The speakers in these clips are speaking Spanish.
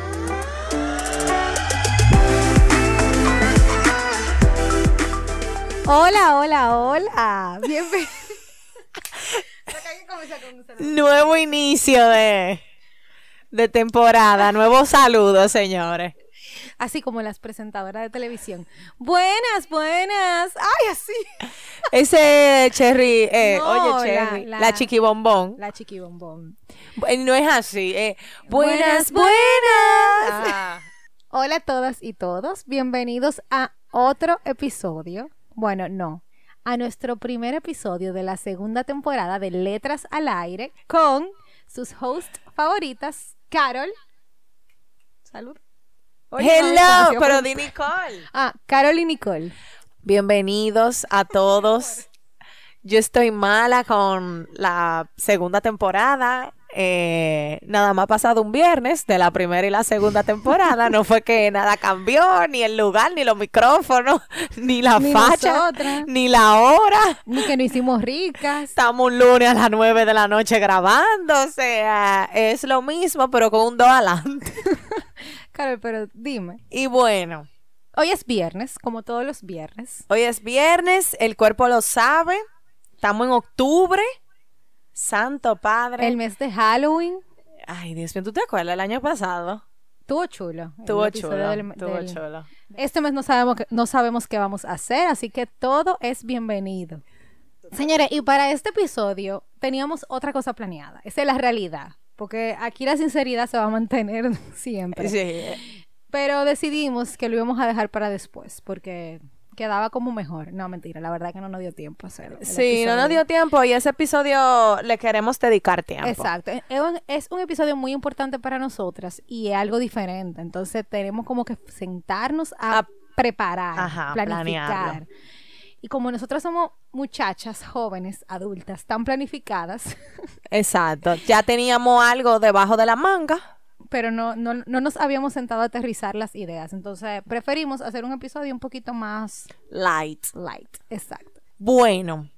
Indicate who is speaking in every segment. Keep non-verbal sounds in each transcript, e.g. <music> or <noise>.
Speaker 1: Hola, hola, hola. Bienvenido.
Speaker 2: Nuevo inicio de, de temporada. Nuevos saludos, señores.
Speaker 1: Así como las presentadoras de televisión. Buenas, buenas. Ay, así.
Speaker 2: Ese Cherry, eh,
Speaker 1: No,
Speaker 2: oye
Speaker 1: la-
Speaker 2: Cherry, la,
Speaker 1: la-
Speaker 2: chiquibombón.
Speaker 1: La chiquibombón.
Speaker 2: Eh, No es así. eh, buenas,
Speaker 1: Buenas,
Speaker 2: buenas. Ah.
Speaker 1: Hola a todas y todos. Bienvenidos a otro episodio. Bueno, no. A nuestro primer episodio de la segunda temporada de Letras al Aire con sus hosts favoritas, Carol. Salud. Hoy no me
Speaker 2: Hello,
Speaker 1: conoció por-
Speaker 2: pero di Nicole.
Speaker 1: Ah, Carol y Nicole.
Speaker 3: Bienvenidos a todos. Yo estoy mala con la segunda temporada. Eh, nada más ha pasado un viernes de la primera y la segunda temporada. No fue que nada cambió, ni el lugar, ni los micrófonos, <laughs> ni la
Speaker 1: Ni
Speaker 3: facha,
Speaker 1: nosotras.
Speaker 3: ni la hora.
Speaker 1: Ni que no hicimos ricas.
Speaker 3: Estamos un lunes a las 9 de la noche grabando. O sea, es lo mismo, pero con un dos adelante.
Speaker 1: Carol, pero dime.
Speaker 3: Y bueno,
Speaker 1: Hoy es viernes, como todos los viernes.
Speaker 3: Hoy es viernes, el cuerpo lo sabe. Estamos en octubre. Santo Padre.
Speaker 1: El mes de Halloween.
Speaker 3: Ay, Dios mío, ¿tú te acuerdas el año pasado?
Speaker 1: Tuvo chulo. el
Speaker 3: Tuvo
Speaker 1: episodio
Speaker 3: chulo,
Speaker 1: del-
Speaker 3: tuvo
Speaker 1: del-
Speaker 3: chulo.
Speaker 1: Este mes no sabemos, qué- no sabemos qué vamos a hacer, así que todo es bienvenido. Señores, y para este episodio teníamos otra cosa planeada. Esa es la realidad. Porque aquí la sinceridad se va a mantener <laughs> siempre.
Speaker 3: Sí.
Speaker 1: Pero decidimos que lo íbamos a dejar para después, porque quedaba como mejor. No, mentira, la verdad que no nos dio tiempo a hacerlo. el
Speaker 3: Sí, no nos
Speaker 1: episodio.
Speaker 3: dio tiempo y ese episodio le queremos dedicar tiempo.
Speaker 1: Exacto. Es un, es un episodio muy importante para nosotras y es algo diferente. Entonces tenemos como que sentarnos a,
Speaker 3: A-
Speaker 1: preparar,
Speaker 3: Ajá,
Speaker 1: planificar.
Speaker 3: planearlo.
Speaker 1: Y como nosotras somos muchachas, jóvenes, adultas, tan planificadas, <laughs>
Speaker 3: Exacto. Ya teníamos algo debajo de la manga.
Speaker 1: pero no, no, no nos habíamos sentado a aterrizar las ideas. Entonces preferimos hacer un episodio un poquito más
Speaker 3: Light.
Speaker 1: light. Exacto.
Speaker 3: Bueno.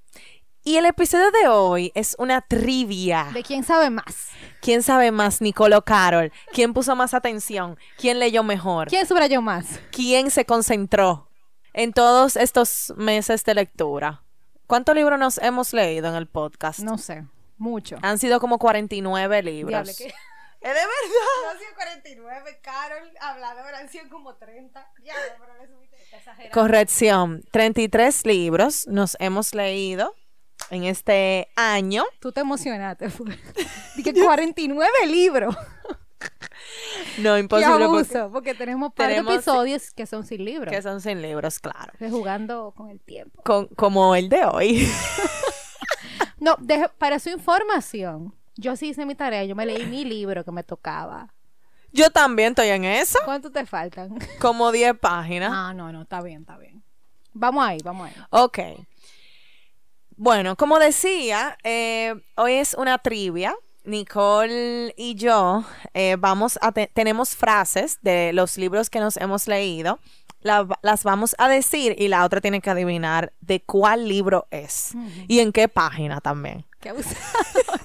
Speaker 3: Y el episodio de hoy es una trivia.
Speaker 1: ¿De quién sabe más?
Speaker 3: ¿Quién sabe más, Nicolo Carol? ¿Quién puso más atención? ¿Quién leyó mejor?
Speaker 1: ¿Quién subrayó más?
Speaker 3: quién se concentró en todos estos meses de lectura. ¿Cuántos libros nos hemos leído en el podcast?
Speaker 1: No sé. Mucho.
Speaker 3: Han sido como 49 Ah, libros.
Speaker 1: Diable, ¿qué?
Speaker 3: Es de verdad.
Speaker 1: 49, Carol, habladora, han sido como 30. Ya, pero le subiste, exagerado.
Speaker 3: Corrección, 33 libros nos hemos leído en este año.
Speaker 1: Tú te emocionaste,
Speaker 3: <laughs>
Speaker 1: fue. Dije 49 libros.
Speaker 3: Pues No,
Speaker 1: Qué
Speaker 3: imposible porque-
Speaker 1: abuso, porque tenemos par de
Speaker 3: Tenemos-
Speaker 1: episodios que son sin libros.
Speaker 3: que son 100 libros, claro.
Speaker 1: Entonces, Jugando con el tiempo.
Speaker 3: Con- como el de hoy. <laughs>
Speaker 1: No, deje- para su información, yo sí hice mi tarea, yo me leí mi libro que me tocaba.
Speaker 3: Yo también estoy en eso.
Speaker 1: ¿Cuánto te faltan?
Speaker 3: Como 10 páginas.
Speaker 1: Ah, no, no, está bien, está bien. Vamos ahí, vamos ahí.
Speaker 3: Ok. Bueno, como decía, eh, hoy es una trivia. Nicole y yo eh, vamos a te- tenemos frases de los libros que nos hemos leído. La- las vamos a decir y la otra tiene que adivinar de cuál libro es y en qué página también.
Speaker 1: Qué abusado. <laughs>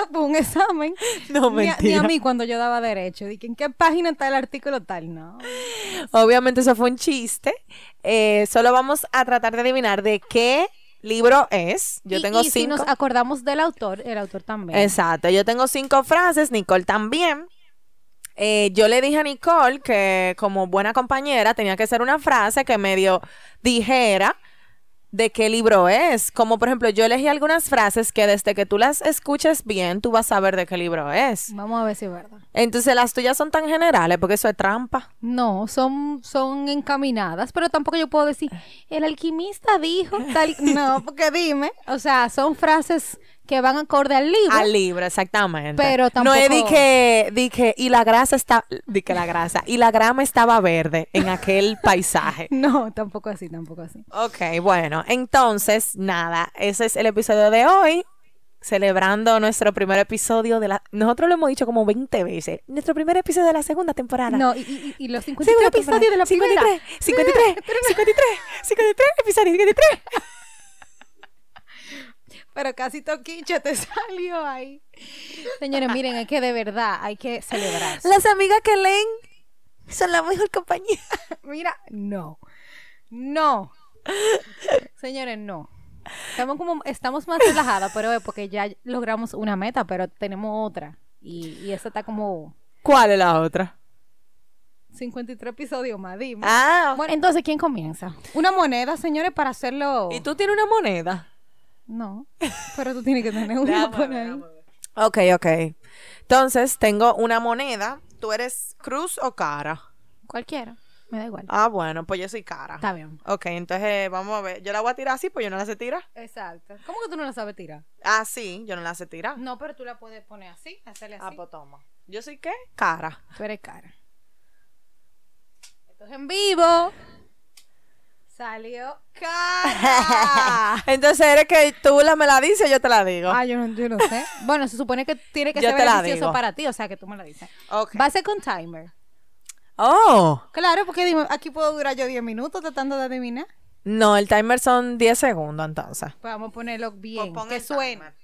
Speaker 1: Ah, pues un examen.
Speaker 3: No,
Speaker 1: Ni a- Ni a,
Speaker 3: mentira.
Speaker 1: mí cuando yo daba derecho. Dije, ¿en qué página está el artículo tal? No.
Speaker 3: Obviamente eso fue un chiste. Eh, solo vamos a tratar de adivinar de qué libro es. Yo
Speaker 1: Y-
Speaker 3: tengo
Speaker 1: y si
Speaker 3: cinco.
Speaker 1: nos acordamos del autor, el autor también.
Speaker 3: Exacto, yo tengo cinco frases, Nicole también. Eh, yo le dije a Nicole que como buena compañera tenía que ser una frase que medio dijera de qué libro es. Como por ejemplo, yo elegí algunas frases que desde que tú las escuches bien, tú vas a saber de qué libro es.
Speaker 1: Vamos a ver si es verdad.
Speaker 3: Entonces las tuyas son tan generales porque eso es trampa.
Speaker 1: No, son, son encaminadas, pero tampoco yo puedo
Speaker 3: <laughs>
Speaker 1: decir, el alquimista dijo tal. No, porque dime. O sea, son frases que van acorde al libro.
Speaker 3: Al libro, exactamente.
Speaker 1: Pero
Speaker 3: No es di
Speaker 1: tampoco-
Speaker 3: que, di que, y la grasa está, di que la grasa, y la grama estaba verde en aquel paisaje.
Speaker 1: No, tampoco así, tampoco así.
Speaker 3: Ok, bueno, entonces, nada, ese es el episodio de hoy, celebrando nuestro primer episodio de la... Nosotros lo hemos dicho como 20 veces, nuestro primer episodio de la segunda temporada.
Speaker 1: No, y, y- y los 53
Speaker 3: Segunda temporada.
Speaker 1: episodios de la
Speaker 3: 53,
Speaker 1: primera.
Speaker 3: 53, <laughs> 53, 53, episodios, 53.
Speaker 1: Pero casi Toquicha te <laughs> salió ahí. Señores, miren, es que de verdad hay que celebrar.
Speaker 3: Las amigas que leen son la mejor compañía.
Speaker 1: Mira, no. No. Señores, no. Estamos como estamos más relajadas, pero es porque ya logramos una meta, pero tenemos otra. Y, y esa está como
Speaker 3: ¿Cuál es la otra?
Speaker 1: 53 episodios más, dime.
Speaker 3: Ah,
Speaker 1: Bueno, entonces, ¿quién comienza? Una moneda, señores, para hacerlo.
Speaker 3: ¿y tú tienes una moneda?
Speaker 1: No, <laughs> pero tú tienes que tener una por ahí.
Speaker 3: Ok, ok. Entonces, tengo una moneda. ¿Tú eres cruz o cara?
Speaker 1: Cualquiera, me da igual.
Speaker 3: Ah, bueno, pues yo soy cara.
Speaker 1: Está bien.
Speaker 3: Ok, entonces eh, vamos a ver. Yo la voy a tirar así, pues yo no la sé tirar.
Speaker 1: Exacto. ¿Cómo que tú no la sabes tirar?
Speaker 3: Ah, sí, yo no la sé tirar.
Speaker 1: No, pero tú la puedes poner así, hacerle
Speaker 3: Ah, pues toma. ¿Yo soy qué? Cara.
Speaker 1: Tú eres cara. Esto es en vivo. <laughs> Salió cara.
Speaker 3: <laughs> entonces, ¿eres que tú la me la dices o yo te la digo?
Speaker 1: Ah, yo no, yo no sé. Bueno, se supone que tiene que
Speaker 3: Yo
Speaker 1: ser
Speaker 3: te la
Speaker 1: beneficioso
Speaker 3: digo.
Speaker 1: para ti, o sea que tú me lo dices.
Speaker 3: Ok.
Speaker 1: Va a ser con timer.
Speaker 3: Oh.
Speaker 1: Claro, porque dime, aquí puedo durar yo 10 minutos tratando de adivinar.
Speaker 3: No, el timer son 10 segundos, entonces.
Speaker 1: Pues vamos a ponerlo bien,
Speaker 3: Pues pon
Speaker 1: que
Speaker 3: el
Speaker 1: suene.
Speaker 3: timer.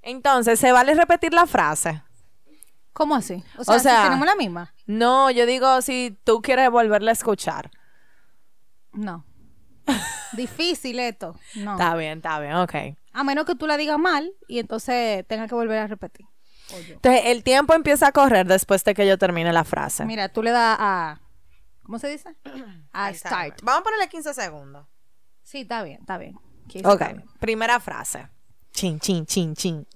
Speaker 3: Entonces, ¿se vale repetir la frase?
Speaker 1: ¿Cómo así? O sea, si
Speaker 3: sea-
Speaker 1: tenemos la misma.
Speaker 3: No, yo digo si tú quieres volverla a escuchar.
Speaker 1: <laughs> No. Difícil esto. No.
Speaker 3: Está bien, está bien, ok.
Speaker 1: A menos que tú la digas mal y entonces tenga que volver a repetir. O yo.
Speaker 3: Entonces, el tiempo empieza a correr después de que yo termine la frase.
Speaker 1: Mira, tú le das a. ¿Cómo se
Speaker 3: <clears throat>
Speaker 1: dice? A start.
Speaker 3: Vamos a ponerle 15 segundos.
Speaker 1: Sí, está bien, está bien. Que sí,
Speaker 3: Ok,
Speaker 1: está bien.
Speaker 3: primera frase. Chin, chin, chin, chin.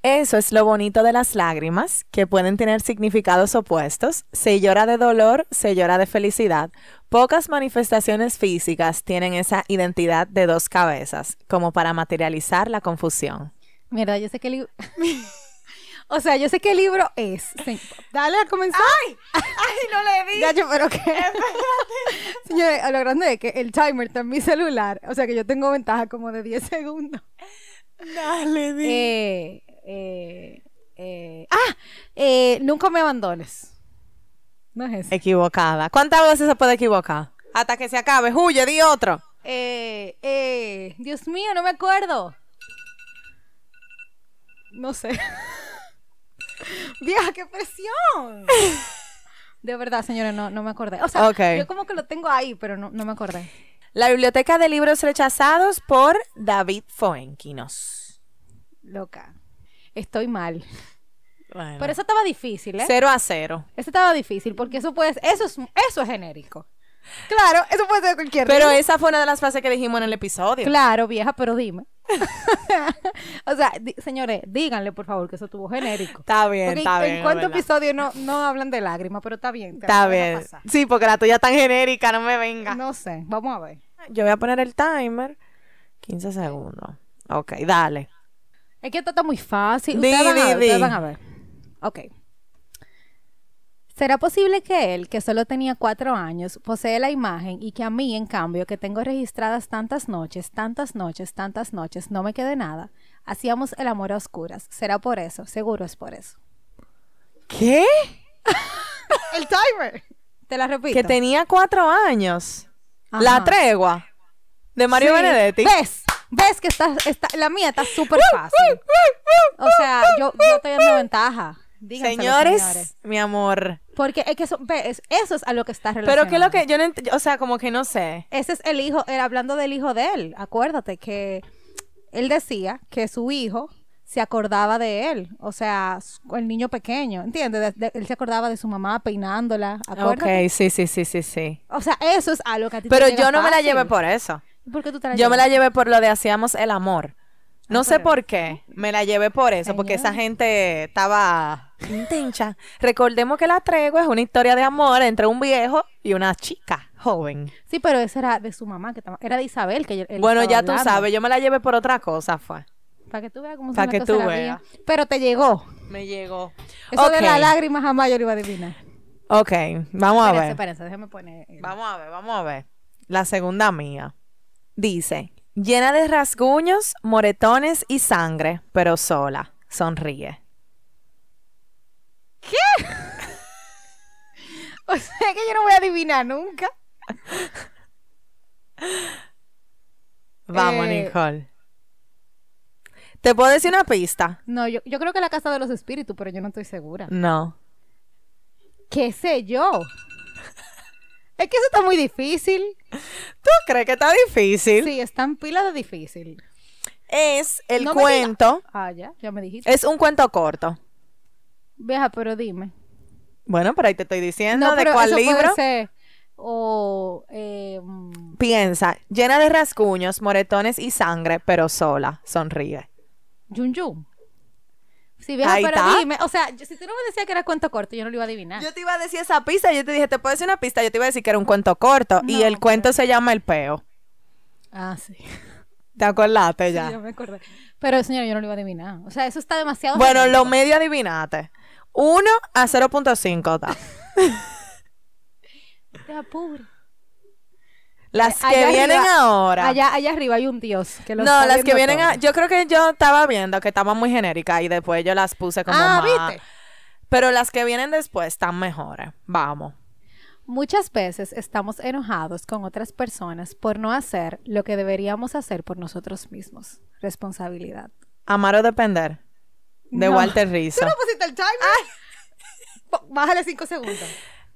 Speaker 3: Eso es lo bonito de las lágrimas, que pueden tener significados opuestos. Se llora de dolor, se llora de felicidad. Pocas manifestaciones físicas tienen esa identidad de dos cabezas, como para materializar la confusión.
Speaker 1: Mierda, yo sé qué
Speaker 3: <laughs>
Speaker 1: libro. <laughs> o sea, yo sé qué libro es. Se- Dale a comenzar. ¡Ay!
Speaker 3: ¡Ay, no le
Speaker 1: Gacho,
Speaker 3: <laughs>
Speaker 1: pero qué. <laughs> Señores, a lo grande es que el timer está en mi celular. O sea que yo tengo ventaja como de 10 segundos.
Speaker 3: ¡No le di!
Speaker 1: Eh, eh, eh, ¡Ah! Eh, nunca me abandones. No es eso.
Speaker 3: Equivocada. ¿Cuántas veces se puede equivocar? Hasta que se acabe. Huye, di otro.
Speaker 1: Eh, eh, Dios mío, no me acuerdo. No sé. <laughs> Vieja, qué presión. De verdad, señora, no, no me acordé. O sea,
Speaker 3: Ok.
Speaker 1: yo como que lo tengo ahí, pero no, no me acordé.
Speaker 3: La Biblioteca de Libros Rechazados por David Foenquinos.
Speaker 1: Loca. Estoy mal.
Speaker 3: Bueno.
Speaker 1: Pero eso estaba difícil, ¿eh?
Speaker 3: Cero a cero.
Speaker 1: Eso estaba difícil, porque eso puede ser- eso es, eso es genérico. Claro, eso puede ser cualquier
Speaker 3: Pero esa fue una de las frases que dijimos en el episodio.
Speaker 1: Claro, vieja, pero dime. <laughs> o sea, di- señores, díganle por favor que eso tuvo genérico.
Speaker 3: Está bien,
Speaker 1: Porque
Speaker 3: está
Speaker 1: en
Speaker 3: bien. es
Speaker 1: cuántos
Speaker 3: verdad.
Speaker 1: episodios no, no hablan de lágrimas, pero está bien. te la
Speaker 3: Está
Speaker 1: voy a
Speaker 3: bien.
Speaker 1: pasar.
Speaker 3: Sí, porque la tuya es tan genérica, no me venga.
Speaker 1: No sé, vamos a ver.
Speaker 3: Yo voy a poner el timer. 15 segundos. Ok, dale.
Speaker 1: Es que esto está muy fácil.
Speaker 3: Di,
Speaker 1: Ustedes, van,
Speaker 3: di,
Speaker 1: a ver, ustedes
Speaker 3: di.
Speaker 1: van a ver. Ok. ¿Será posible que él, que solo tenía cuatro años, posee la imagen y que a mí, en cambio, que tengo registradas tantas noches, tantas noches, tantas noches, no me quede nada? Hacíamos el amor a oscuras. ¿Será por eso? Seguro es por eso.
Speaker 3: ¿Qué?
Speaker 1: El timer. Te la repito.
Speaker 3: Que tenía cuatro años.
Speaker 1: Ajá.
Speaker 3: La tregua. De Uh, Mario
Speaker 1: Sí.
Speaker 3: Benedetti.
Speaker 1: ¿Ves? ¿Ves que está, está- la mía está súper fácil?
Speaker 3: uh,
Speaker 1: O sea, yo, yo estoy dando ventaja. Díganselo,
Speaker 3: Señores, mi amor.
Speaker 1: Porque es que eso, ve, es- eso es a lo que está relacionado.
Speaker 3: Pero que lo que yo no ent- o sea, como que no sé.
Speaker 1: Ese es el hijo, el- hablando del hijo de él. Acuérdate que él decía que su hijo se acordaba de él. O sea, su- el niño pequeño, ¿entiendes? De- de- él se acordaba de su mamá peinándola. Acuérdate.
Speaker 3: Ok, sí, sí, sí, sí, sí.
Speaker 1: O sea, eso es a lo que a ti te
Speaker 3: Pero
Speaker 1: llega
Speaker 3: yo no me la
Speaker 1: fácil.
Speaker 3: llevé por eso.
Speaker 1: ¿Por qué tú te la
Speaker 3: Yo me
Speaker 1: llevas?
Speaker 3: la llevé por lo de hacíamos el amor. No sé por qué, me la llevé por eso, porque esa gente estaba intensa. Recordemos que La Tregua es una historia de amor entre un viejo y una chica joven.
Speaker 1: Sí, pero esa era de su mamá, que estaba- era de Isabel. que él- él
Speaker 3: Bueno,
Speaker 1: estaba
Speaker 3: ya tú
Speaker 1: hablando.
Speaker 3: sabes, yo me la llevé por otra cosa, fue.
Speaker 1: Para que tú veas cómo son
Speaker 3: Pa'
Speaker 1: las
Speaker 3: que
Speaker 1: cosas de
Speaker 3: tú
Speaker 1: la
Speaker 3: veas.
Speaker 1: vida. Pero te llegó.
Speaker 3: Me llegó.
Speaker 1: Eso de
Speaker 3: Ok.
Speaker 1: las lágrimas jamás yo lo iba a adivinar.
Speaker 3: Ok, vamos a
Speaker 1: Espérense,
Speaker 3: ver.
Speaker 1: espérense, déjame poner. el-
Speaker 3: Vamos a ver, vamos a ver. La segunda mía. Dice, llena de rasguños, moretones y sangre, pero sola. Sonríe.
Speaker 1: <laughs> O sea que yo no voy a adivinar nunca.
Speaker 3: Vamos,
Speaker 1: Eh.
Speaker 3: Nicole. ¿Te puedo decir una pista?
Speaker 1: No, yo, yo creo que la casa de los espíritus, pero yo no estoy segura.
Speaker 3: No.
Speaker 1: ¿Qué sé yo? Es que eso está muy difícil.
Speaker 3: ¿Tú crees que está difícil?
Speaker 1: Sí, están pila de difícil.
Speaker 3: Es el
Speaker 1: No me diga-
Speaker 3: cuento. Eh.
Speaker 1: Ah, ya, ya me dijiste.
Speaker 3: Es un cuento corto.
Speaker 1: Vieja, pero dime.
Speaker 3: Bueno, pero ahí te estoy diciendo de
Speaker 1: pero
Speaker 3: cuál
Speaker 1: eso puede
Speaker 3: libro.
Speaker 1: ser, O. eh, mm,
Speaker 3: Piensa, llena de rasguños, moretones y sangre, pero sola. Sonríe.
Speaker 1: Yun Yun. Sí, vieja,
Speaker 3: Ahí
Speaker 1: pero
Speaker 3: está.
Speaker 1: dime. O sea, yo- si tú no me decías que era cuento corto, yo no lo iba a adivinar.
Speaker 3: Yo te iba a decir esa pista, yo te dije, te puedo decir una pista, yo te iba a decir que era un cuento corto y el cuento se llama El Peo.
Speaker 1: Ah, sí.
Speaker 3: ¿Te acordaste <laughs> ya?
Speaker 1: Sí, <laughs> yo me acordé. Pero, señora, yo no lo iba a adivinar. O sea, eso está demasiado.
Speaker 3: bueno, lo
Speaker 1: genérico.
Speaker 3: medio adivinaste. 1 a 0.5 da.
Speaker 1: Te apure.
Speaker 3: Las que
Speaker 1: Allá
Speaker 3: vienen
Speaker 1: arriba-
Speaker 3: ahora.
Speaker 1: Allá, allá arriba hay un dios que lo
Speaker 3: no,
Speaker 1: está
Speaker 3: las que
Speaker 1: viendo
Speaker 3: vienen
Speaker 1: todo.
Speaker 3: a- Yo creo que yo estaba viendo que estaban muy genéricas y después yo las puse como
Speaker 1: Ah,
Speaker 3: más-
Speaker 1: ¿viste?
Speaker 3: Pero las que vienen después están mejores. Vamos.
Speaker 1: Muchas veces estamos enojados con otras personas por no hacer lo que deberíamos hacer por nosotros mismos. Responsabilidad.
Speaker 3: Amar o depender. De
Speaker 1: No. <laughs>
Speaker 3: Walter Rizzo.
Speaker 1: pusiste el timer? Ah. <laughs> Bájale cinco segundos.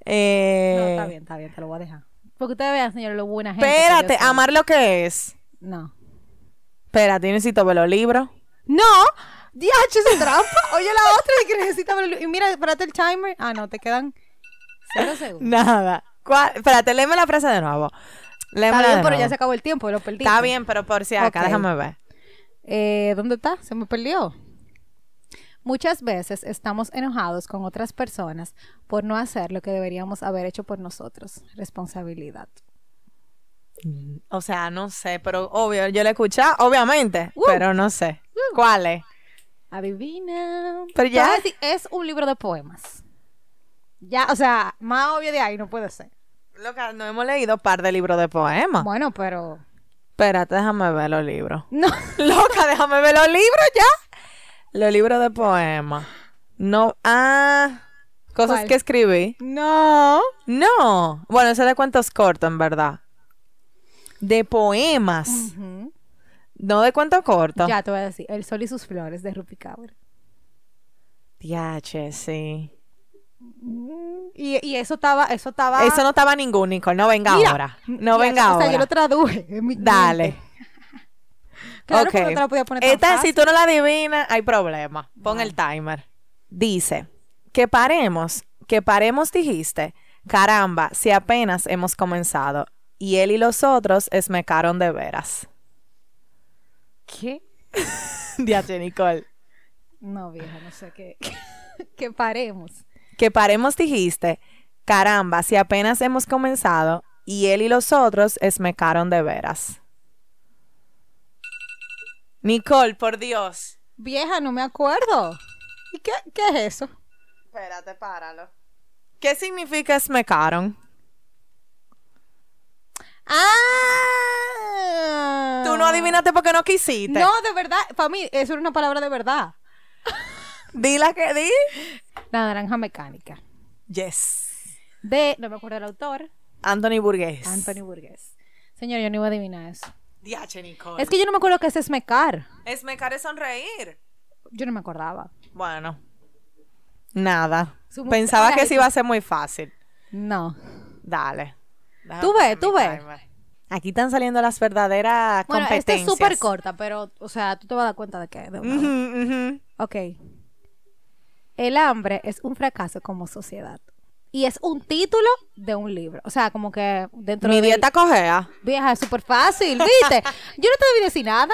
Speaker 3: Eh,
Speaker 1: No, está bien, está bien, te lo voy a dejar. Porque ustedes vean, señor, lo buena gente. que yo
Speaker 3: Espérate,
Speaker 1: soy.
Speaker 3: amar lo que es.
Speaker 1: No.
Speaker 3: Espérate, yo necesito ver los libros.
Speaker 1: ¡No! ¡Diacho, es trampa! Oye, la otra y que necesita verlo. Y mira, espérate el timer. Ah, no, te quedan <laughs> cero segundos.
Speaker 3: Nada. ¿Cuál? Espérate, léeme la frase de nuevo. Léeme
Speaker 1: Está
Speaker 3: la
Speaker 1: bien,
Speaker 3: de
Speaker 1: pero ya
Speaker 3: nuevo.
Speaker 1: se acabó el tiempo, lo perdí.
Speaker 3: Está bien, pero por si acá,
Speaker 1: Ok.
Speaker 3: déjame ver.
Speaker 1: Eh, ¿Dónde está? Se me perdió. Muchas veces estamos enojados con otras personas por no hacer lo que deberíamos haber hecho por nosotros. Responsabilidad.
Speaker 3: O sea, no sé, pero obvio, yo la escuché, obviamente,
Speaker 1: Uh.
Speaker 3: pero no sé. ¿Cuál es?
Speaker 1: Adivina.
Speaker 3: Pero ya-
Speaker 1: Te voy a decir, es un libro de poemas. Ya, o sea, más obvio de ahí no puede ser.
Speaker 3: Loca, no hemos leído par de libros de poemas.
Speaker 1: Bueno, pero.
Speaker 3: Espérate, déjame ver los libros. <laughs>
Speaker 1: No.
Speaker 3: Loca, déjame ver los libros ya. Los libros de poemas. No, ah, cosas
Speaker 1: ¿Cuál?
Speaker 3: que escribí.
Speaker 1: No.
Speaker 3: No, bueno, ese de cuentos cortos, en verdad. De poemas,
Speaker 1: Mm.
Speaker 3: no de cuentos cortos.
Speaker 1: Ya te voy a decir. El sol y sus flores de Rupi Kaur.
Speaker 3: Diache, sí.
Speaker 1: Y, y eso estaba, eso estaba.
Speaker 3: Eso no estaba ningún, Nicole. No venga
Speaker 1: Ah. Mira,
Speaker 3: ahora. No
Speaker 1: Ya,
Speaker 3: venga
Speaker 1: O
Speaker 3: ahora.
Speaker 1: sea, yo lo traduje. en mi
Speaker 3: Dale.
Speaker 1: mente. Claro,
Speaker 3: Ok.
Speaker 1: porque no te la podía poner tan
Speaker 3: Esta, si
Speaker 1: fácil.
Speaker 3: tú no la adivinas, hay problema. Pon el timer. Dice, que paremos, que paremos, dijiste. Caramba, si apenas hemos comenzado. Y él y los otros esmecaron
Speaker 1: <laughs>
Speaker 3: de veras.
Speaker 1: ¿Qué?
Speaker 3: Diache, Nicole.
Speaker 1: No, vieja, no sé qué. <laughs> que paremos.
Speaker 3: Que paremos dijiste, caramba, si apenas hemos comenzado, y él y los otros esmecaron de veras. Nicole, por Dios.
Speaker 1: Vieja, no me acuerdo. ¿Y qué, qué es eso?
Speaker 3: Espérate, páralo. ¿Qué significa esmecaron?
Speaker 1: ¡Ah!
Speaker 3: Tú no adivinaste porque no quisiste.
Speaker 1: No, de verdad. Para mí, eso era una palabra de verdad.
Speaker 3: Di la que di.
Speaker 1: La naranja mecánica.
Speaker 3: Yes.
Speaker 1: De, no me acuerdo el autor,
Speaker 3: Anthony Burgués.
Speaker 1: Anthony Burgess. Señor, yo no iba a adivinar eso.
Speaker 3: Diache, Nicole.
Speaker 1: Es que yo no me acuerdo qué es esmecar.
Speaker 3: Esmecar es sonreír.
Speaker 1: Yo no me acordaba.
Speaker 3: Bueno. Nada.
Speaker 1: Su-
Speaker 3: Pensaba que
Speaker 1: Ay.
Speaker 3: se iba a ser muy fácil.
Speaker 1: No.
Speaker 3: Dale.
Speaker 1: Tú ve, tú ve.
Speaker 3: Aquí están saliendo las verdaderas
Speaker 1: Bueno, esta es
Speaker 3: competencias.
Speaker 1: súper corta, pero, o sea, tú te vas a dar cuenta de que. de una vez.
Speaker 3: Ujú, ujú.
Speaker 1: Ok. El hambre es un fracaso como sociedad. Y es un título de un libro. O sea, como que dentro
Speaker 3: Mi
Speaker 1: de.
Speaker 3: dieta cojea.
Speaker 1: Vieja, es súper fácil, ¿viste? Yo no te debí decir nada.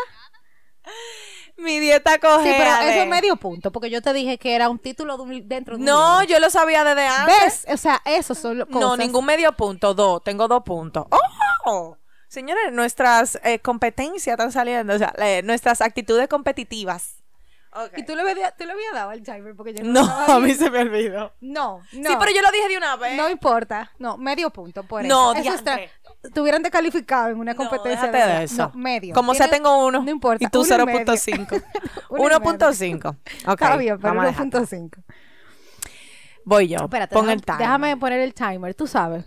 Speaker 3: Mi dieta cojea.
Speaker 1: Sí, pero eso
Speaker 3: de-
Speaker 1: es medio punto, porque yo te dije que era un título de un- dentro de un
Speaker 3: No,
Speaker 1: libro.
Speaker 3: yo lo sabía desde antes.
Speaker 1: ¿Ves? O sea, eso son lo- cosas.
Speaker 3: No, ningún medio punto. Dos. Tengo dos puntos. ¡Oh! Señores, nuestras eh, competencias están saliendo, o sea, la- nuestras actitudes competitivas.
Speaker 1: Y tú le habías, tú le habías dado al timer porque yo no.
Speaker 3: No,
Speaker 1: lo estaba
Speaker 3: a mí
Speaker 1: viendo.
Speaker 3: se me olvidó.
Speaker 1: No, no.
Speaker 3: Sí, pero yo lo dije de una vez.
Speaker 1: No importa. No, medio punto por eso.
Speaker 3: No,
Speaker 1: eso. es
Speaker 3: diantre.
Speaker 1: tra- te hubieran descalificado en una
Speaker 3: No,
Speaker 1: competencia
Speaker 3: déjate de
Speaker 1: verdad.
Speaker 3: eso.
Speaker 1: No, medio.
Speaker 3: Como sea,
Speaker 1: Tienes-
Speaker 3: tengo uno.
Speaker 1: No importa.
Speaker 3: Y tú
Speaker 1: uno y medio.
Speaker 3: 0.5.
Speaker 1: <laughs>
Speaker 3: <laughs>
Speaker 1: Uno y medio.
Speaker 3: 1.5. Ok.
Speaker 1: Está bien, pero
Speaker 3: vamos a dejar.
Speaker 1: 1.5.
Speaker 3: Voy yo.
Speaker 1: Espérate,
Speaker 3: Pon
Speaker 1: déjame,
Speaker 3: el timer.
Speaker 1: déjame poner el timer, tú sabes.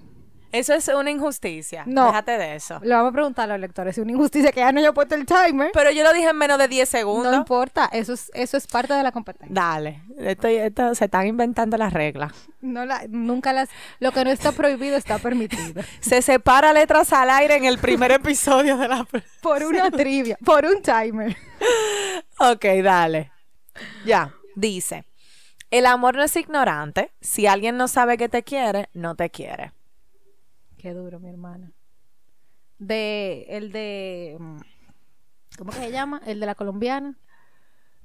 Speaker 3: Eso es una injusticia.
Speaker 1: No.
Speaker 3: Déjate de eso.
Speaker 1: Le vamos a preguntar a los lectores. Es una injusticia que ya no haya puesto el timer.
Speaker 3: Pero yo lo dije en menos de 10 segundos.
Speaker 1: No importa, eso es, eso es parte de la competencia.
Speaker 3: Dale. Estoy- esto- se están inventando las reglas.
Speaker 1: No la, nunca las, lo que no está prohibido está permitido.
Speaker 3: Se separa letras al aire en el primer <laughs> episodio de la.
Speaker 1: Por una trivia, por un timer.
Speaker 3: Ok, dale. Ya. Dice: El amor no es ignorante. Si alguien no sabe que te quiere, no te quiere.
Speaker 1: Qué duro, mi hermana. De, el de, mm, ¿cómo que se llama? El de la colombiana.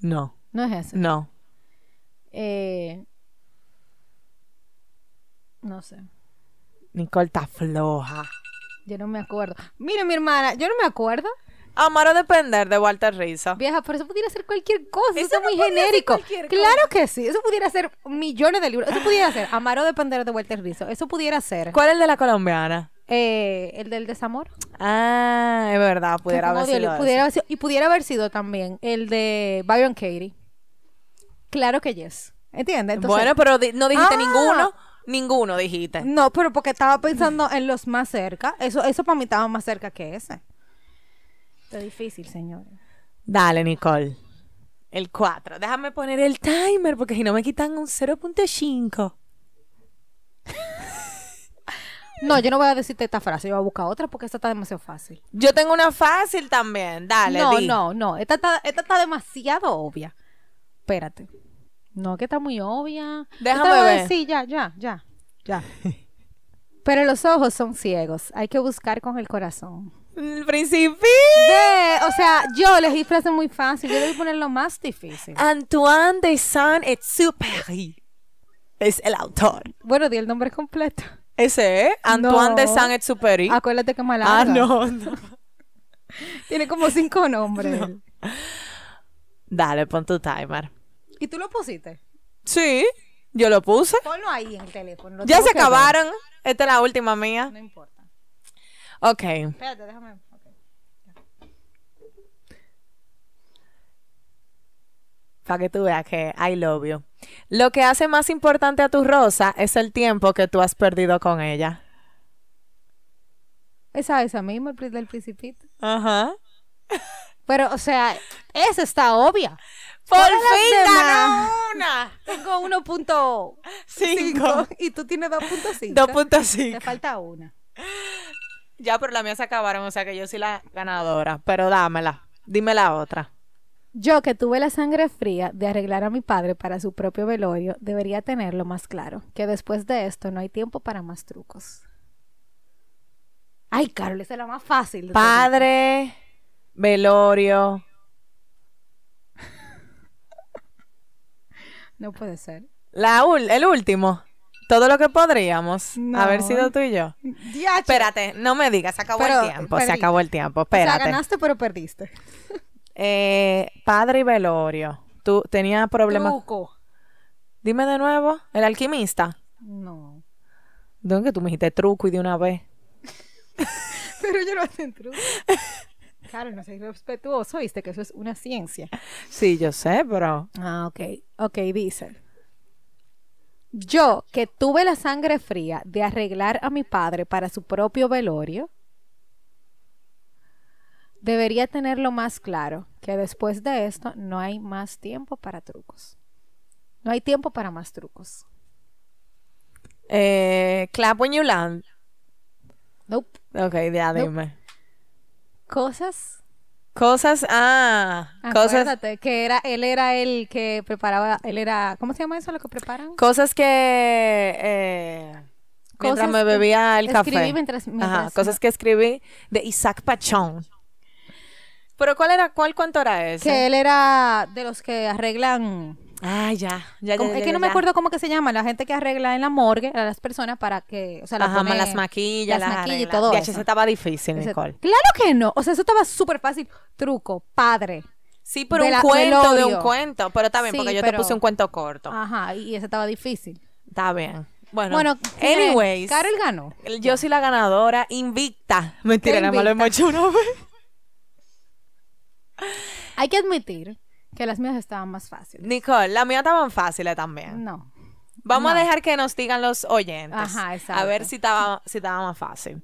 Speaker 3: No.
Speaker 1: No es ese.
Speaker 3: No.
Speaker 1: Eh, no sé.
Speaker 3: Nicole está floja.
Speaker 1: Yo no me acuerdo. Mira, mi hermana, yo no me acuerdo.
Speaker 3: Amar o depender de Walter Rizzo.
Speaker 1: Vieja, pero eso pudiera ser cualquier cosa. Eso,
Speaker 3: Eso
Speaker 1: es
Speaker 3: no
Speaker 1: muy
Speaker 3: podría ser
Speaker 1: genérico.
Speaker 3: cualquier
Speaker 1: Claro que sí. Eso pudiera ser millones de libros. Eso pudiera ser Amar o depender de Walter Rizzo. Eso pudiera ser
Speaker 3: ¿Cuál es el de la colombiana?
Speaker 1: eh, el del desamor.
Speaker 3: Ah, es verdad, pudiera
Speaker 1: Como
Speaker 3: haber
Speaker 1: audiolibro.
Speaker 3: sido ese.
Speaker 1: Pudiera haber sido- y pudiera haber sido también el de Byron Katie. Claro que yes. ¿Entiendes? Entonces-
Speaker 3: bueno, pero di- no dijiste
Speaker 1: Ah.
Speaker 3: ninguno. Ninguno dijiste.
Speaker 1: No, pero porque estaba pensando en los más cerca. Eso, eso para mí estaba más cerca que ese. Está difícil, señores.
Speaker 3: Dale, Nicole. El 4. Déjame poner el timer porque si no me quitan un 0.5.
Speaker 1: No, yo no voy a decirte esta frase. Yo voy a buscar otra porque esta está demasiado fácil.
Speaker 3: Yo tengo una fácil también. Dale,
Speaker 1: no,
Speaker 3: di.
Speaker 1: no, no. Esta está, esta está demasiado obvia. Espérate. No, que está muy obvia. Yo te la
Speaker 3: Déjame
Speaker 1: voy a
Speaker 3: ver.
Speaker 1: decir, ya, ya, ya, ya. Pero los ojos son ciegos. Hay que buscar con el corazón.
Speaker 3: El principio.
Speaker 1: Ve, o sea, yo elegí frase muy fácil. Yo debí poner lo más difícil.
Speaker 3: Antoine de Saint-Exupéry. Es el autor.
Speaker 1: Bueno, di el nombre completo.
Speaker 3: Ese es Antoine de
Speaker 1: No.
Speaker 3: Saint-Exupéry.
Speaker 1: Acuérdate que es más
Speaker 3: Ah,
Speaker 1: larga.
Speaker 3: <laughs> no, no.
Speaker 1: Tiene como cinco nombres. él.
Speaker 3: Dale, pon tu timer.
Speaker 1: ¿Y tú lo pusiste?
Speaker 3: Sí, yo lo puse.
Speaker 1: Ponlo ahí en el teléfono. lo
Speaker 3: Ya
Speaker 1: tengo
Speaker 3: se
Speaker 1: que ver.
Speaker 3: acabaron. Esta es la última mía.
Speaker 1: No importa.
Speaker 3: Ok.
Speaker 1: Espérate, déjame. ok.
Speaker 3: Para que tú veas que I love you. Lo que hace más importante a tu rosa es el tiempo que tú has perdido con ella.
Speaker 1: Esa, esa misma, el pri- del principito.
Speaker 3: Ajá.
Speaker 1: Pero, o sea, esa está obvia.
Speaker 3: ¡Por
Speaker 1: Todas las
Speaker 3: fin ganó
Speaker 1: demás.
Speaker 3: una!
Speaker 1: Tengo 1.5
Speaker 3: Cinco.
Speaker 1: y tú tienes 2.5. Te
Speaker 3: 2.5.
Speaker 1: falta una.
Speaker 3: Ya, pero las mías se acabaron, o sea que yo soy la ganadora. Pero dámela. Dime la otra.
Speaker 1: Yo que tuve la sangre fría de arreglar a mi padre para su propio velorio, debería tenerlo más claro, que después de esto no hay tiempo para más trucos. Ay, Carol, esa es la más fácil. de todas.
Speaker 3: Padre, velorio.
Speaker 1: No puede ser.
Speaker 3: La ul- el último. Todo lo que podríamos
Speaker 1: No.
Speaker 3: haber sido tú y yo. Espérate, no me digas, se acabó
Speaker 1: Pero,
Speaker 3: el tiempo, se
Speaker 1: perdí.
Speaker 3: acabó el tiempo,
Speaker 1: O sea,
Speaker 3: espérate.
Speaker 1: ganaste pero perdiste.
Speaker 3: Eh, padre y velorio, tú tenías problemas.
Speaker 1: Truco.
Speaker 3: Dime de nuevo, el alquimista.
Speaker 1: No.
Speaker 3: ¿Dónde tú me dijiste truco y de una vez?
Speaker 1: <laughs> Pero yo no hacen truco. Carol, no seas respetuoso, viste que eso es una ciencia.
Speaker 3: Sí, yo sé, pero
Speaker 1: Ah, ok. Ok, dice. Yo, que tuve la sangre fría de arreglar a mi padre para su propio velorio, debería tenerlo más claro, que después de esto no hay más tiempo para trucos. No hay tiempo para más trucos.
Speaker 3: eh, clap when you land.
Speaker 1: Nope.
Speaker 3: Ok, ya
Speaker 1: Nope.
Speaker 3: dime.
Speaker 1: Cosas.
Speaker 3: Cosas, ah, cosas,
Speaker 1: Acuérdate que era, él era el que preparaba, él era, ¿cómo se llama eso lo que preparan?
Speaker 3: cosas que eh, mientras
Speaker 1: Cosas
Speaker 3: me
Speaker 1: que
Speaker 3: bebía el café.
Speaker 1: escribí mientras-
Speaker 3: Ajá,
Speaker 1: mientras-
Speaker 3: cosas que escribí de Isaac Pachón. Pero cuál era, cuál cuánto era ese?
Speaker 1: Que él era de los que arreglan
Speaker 3: Ah, ya. ya, ya,
Speaker 1: Como-
Speaker 3: ya,
Speaker 1: es
Speaker 3: ya,
Speaker 1: que no me
Speaker 3: ya.
Speaker 1: acuerdo cómo que se llama, la gente que arregla en la morgue a las personas para que, o sea, la
Speaker 3: Ajá,
Speaker 1: pone-
Speaker 3: las maquillas,
Speaker 1: las
Speaker 3: las,
Speaker 1: maquilla y
Speaker 3: arregla.
Speaker 1: todo
Speaker 3: VHS
Speaker 1: eso.
Speaker 3: estaba difícil,
Speaker 1: Ese-
Speaker 3: Nicole.
Speaker 1: Claro que no, o sea, eso estaba súper fácil. Truco, padre.
Speaker 3: Sí, por
Speaker 1: De
Speaker 3: un
Speaker 1: la- del
Speaker 3: cuento, de un
Speaker 1: odio.
Speaker 3: cuento. Pero está bien,
Speaker 1: Sí,
Speaker 3: porque yo te
Speaker 1: pero-
Speaker 3: puse un cuento corto.
Speaker 1: Ajá, y ese estaba difícil.
Speaker 3: Está bien. Bueno,
Speaker 1: Bueno, Jiménez,
Speaker 3: anyways.
Speaker 1: Carol ganó.
Speaker 3: Yo soy la ganadora invicta. Mentira,
Speaker 1: ¿Qué
Speaker 3: nada más lo hemos hecho una vez.
Speaker 1: Hay que admitir que las mías estaban más fáciles.
Speaker 3: Nicole, la mía estaban fáciles también.
Speaker 1: No.
Speaker 3: Vamos
Speaker 1: no.
Speaker 3: a dejar que nos digan los oyentes.
Speaker 1: Ajá,
Speaker 3: A ver
Speaker 1: exacto.
Speaker 3: si estaba, si estaba más fácil.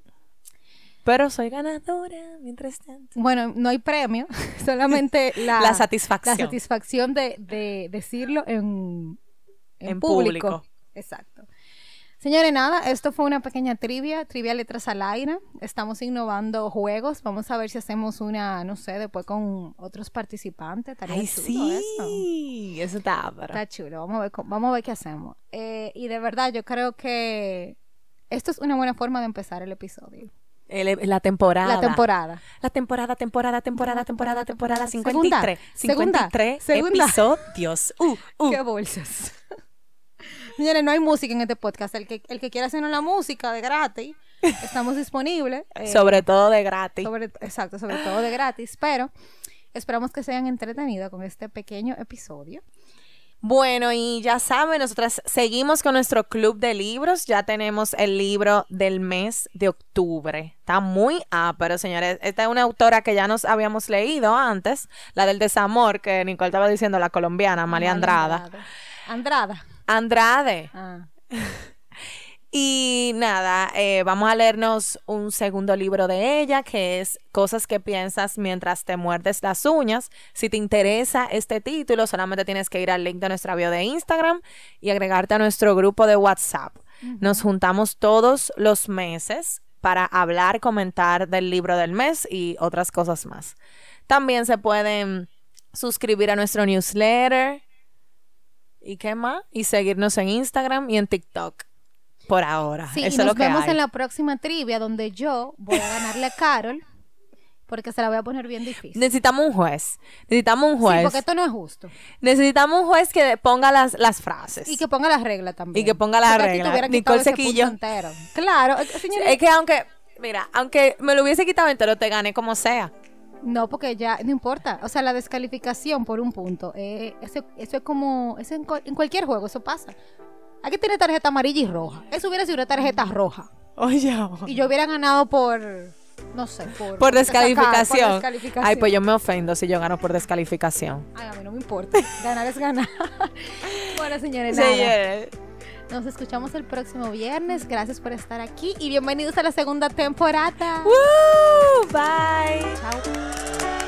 Speaker 3: Pero soy ganadora, mientras tanto.
Speaker 1: Bueno, no hay premio, <laughs> solamente la,
Speaker 3: La satisfacción.
Speaker 1: la satisfacción de, de decirlo en, en
Speaker 3: En
Speaker 1: público.
Speaker 3: público.
Speaker 1: Exacto. Señores, nada, esto fue una pequeña trivia, trivia letras al aire. Estamos innovando juegos. Vamos a ver si hacemos una, no sé, después con otros participantes. Estaría
Speaker 3: Ay,
Speaker 1: chulo eso.
Speaker 3: sí. Eso está, pero-
Speaker 1: Está chulo, vamos a ver, cómo- vamos a ver qué hacemos. Eh, y de verdad, yo creo que esto es una buena forma de empezar el episodio.
Speaker 3: El- em, la temporada.
Speaker 1: La temporada.
Speaker 3: La temporada, temporada, temporada, temporada, temporada
Speaker 1: Segunda,
Speaker 3: 53.
Speaker 1: segunda,
Speaker 3: 53
Speaker 1: segunda.
Speaker 3: episodios. Uh, uh.
Speaker 1: ¡Qué bolsas! <laughs> Señores, no hay música en este podcast. El que, el que quiera hacernos la música de
Speaker 3: <laughs>
Speaker 1: gratis, estamos disponibles. eh,
Speaker 3: Sobre todo de gratis.
Speaker 1: sobre- exacto, sobre todo de gratis. Pero esperamos que se hayan entretenido con este pequeño episodio.
Speaker 3: Bueno, y ya saben, nosotras seguimos con nuestro club de libros. Ya tenemos el libro del mes de octubre. Está muy ah, pero señores, esta es una autora que ya nos habíamos leído antes, la del desamor, que Nicole estaba diciendo, la colombiana, María Andrada.
Speaker 1: Andrada.
Speaker 3: Andrade.
Speaker 1: Ah.
Speaker 3: Y nada, eh, vamos a leernos un segundo libro de ella, que es Cosas que piensas mientras te muerdes las uñas. Si te interesa este título, solamente tienes que ir al link de nuestra bio de Instagram y agregarte a nuestro grupo de WhatsApp. Nos juntamos todos los meses para hablar, comentar del libro del mes y otras cosas más. También se pueden suscribir a nuestro newsletter. ¿Y qué más? Y seguirnos en Instagram y en TikTok. Por ahora.
Speaker 1: Sí,
Speaker 3: Ah,
Speaker 1: y
Speaker 3: Eso es lo
Speaker 1: nos
Speaker 3: que
Speaker 1: vemos
Speaker 3: hay.
Speaker 1: en la próxima trivia donde yo voy a ganarle a Carol porque se la voy a poner bien difícil.
Speaker 3: Necesitamos un juez. Necesitamos un
Speaker 1: Sí,
Speaker 3: juez.
Speaker 1: porque esto no es justo.
Speaker 3: Necesitamos un juez que ponga las, las frases.
Speaker 1: Y que ponga las reglas también.
Speaker 3: Y que ponga las
Speaker 1: Porque a ti te
Speaker 3: reglas.
Speaker 1: hubieran quitado
Speaker 3: Nicole
Speaker 1: ese
Speaker 3: Sequillo.
Speaker 1: punto entero. Claro, eh, señores,
Speaker 3: Es que aunque, mira, aunque me lo hubiese quitado entero, te gané como sea.
Speaker 1: no, porque ya no importa. O sea, la descalificación por un punto. eh, eso, eso es como. Eso en, cual- en cualquier juego, eso pasa. Aquí tiene tarjeta amarilla y roja. Eso hubiera sido una tarjeta roja.
Speaker 3: <laughs> Oye.
Speaker 1: Y yo hubiera ganado por. No sé, por.
Speaker 3: Por
Speaker 1: sacar-
Speaker 3: descalificación.
Speaker 1: por descalificación.
Speaker 3: Ay, pues yo me ofendo si yo gano por descalificación.
Speaker 1: Ay, a mí no me importa. Ganar es ganar. <laughs> bueno, señores, nada.
Speaker 3: Señores,
Speaker 1: Nos escuchamos el próximo viernes. Gracias por estar
Speaker 3: Uh.
Speaker 1: aquí y bienvenidos a la segunda temporada.
Speaker 3: ¡Woo! Bye.
Speaker 1: Chao.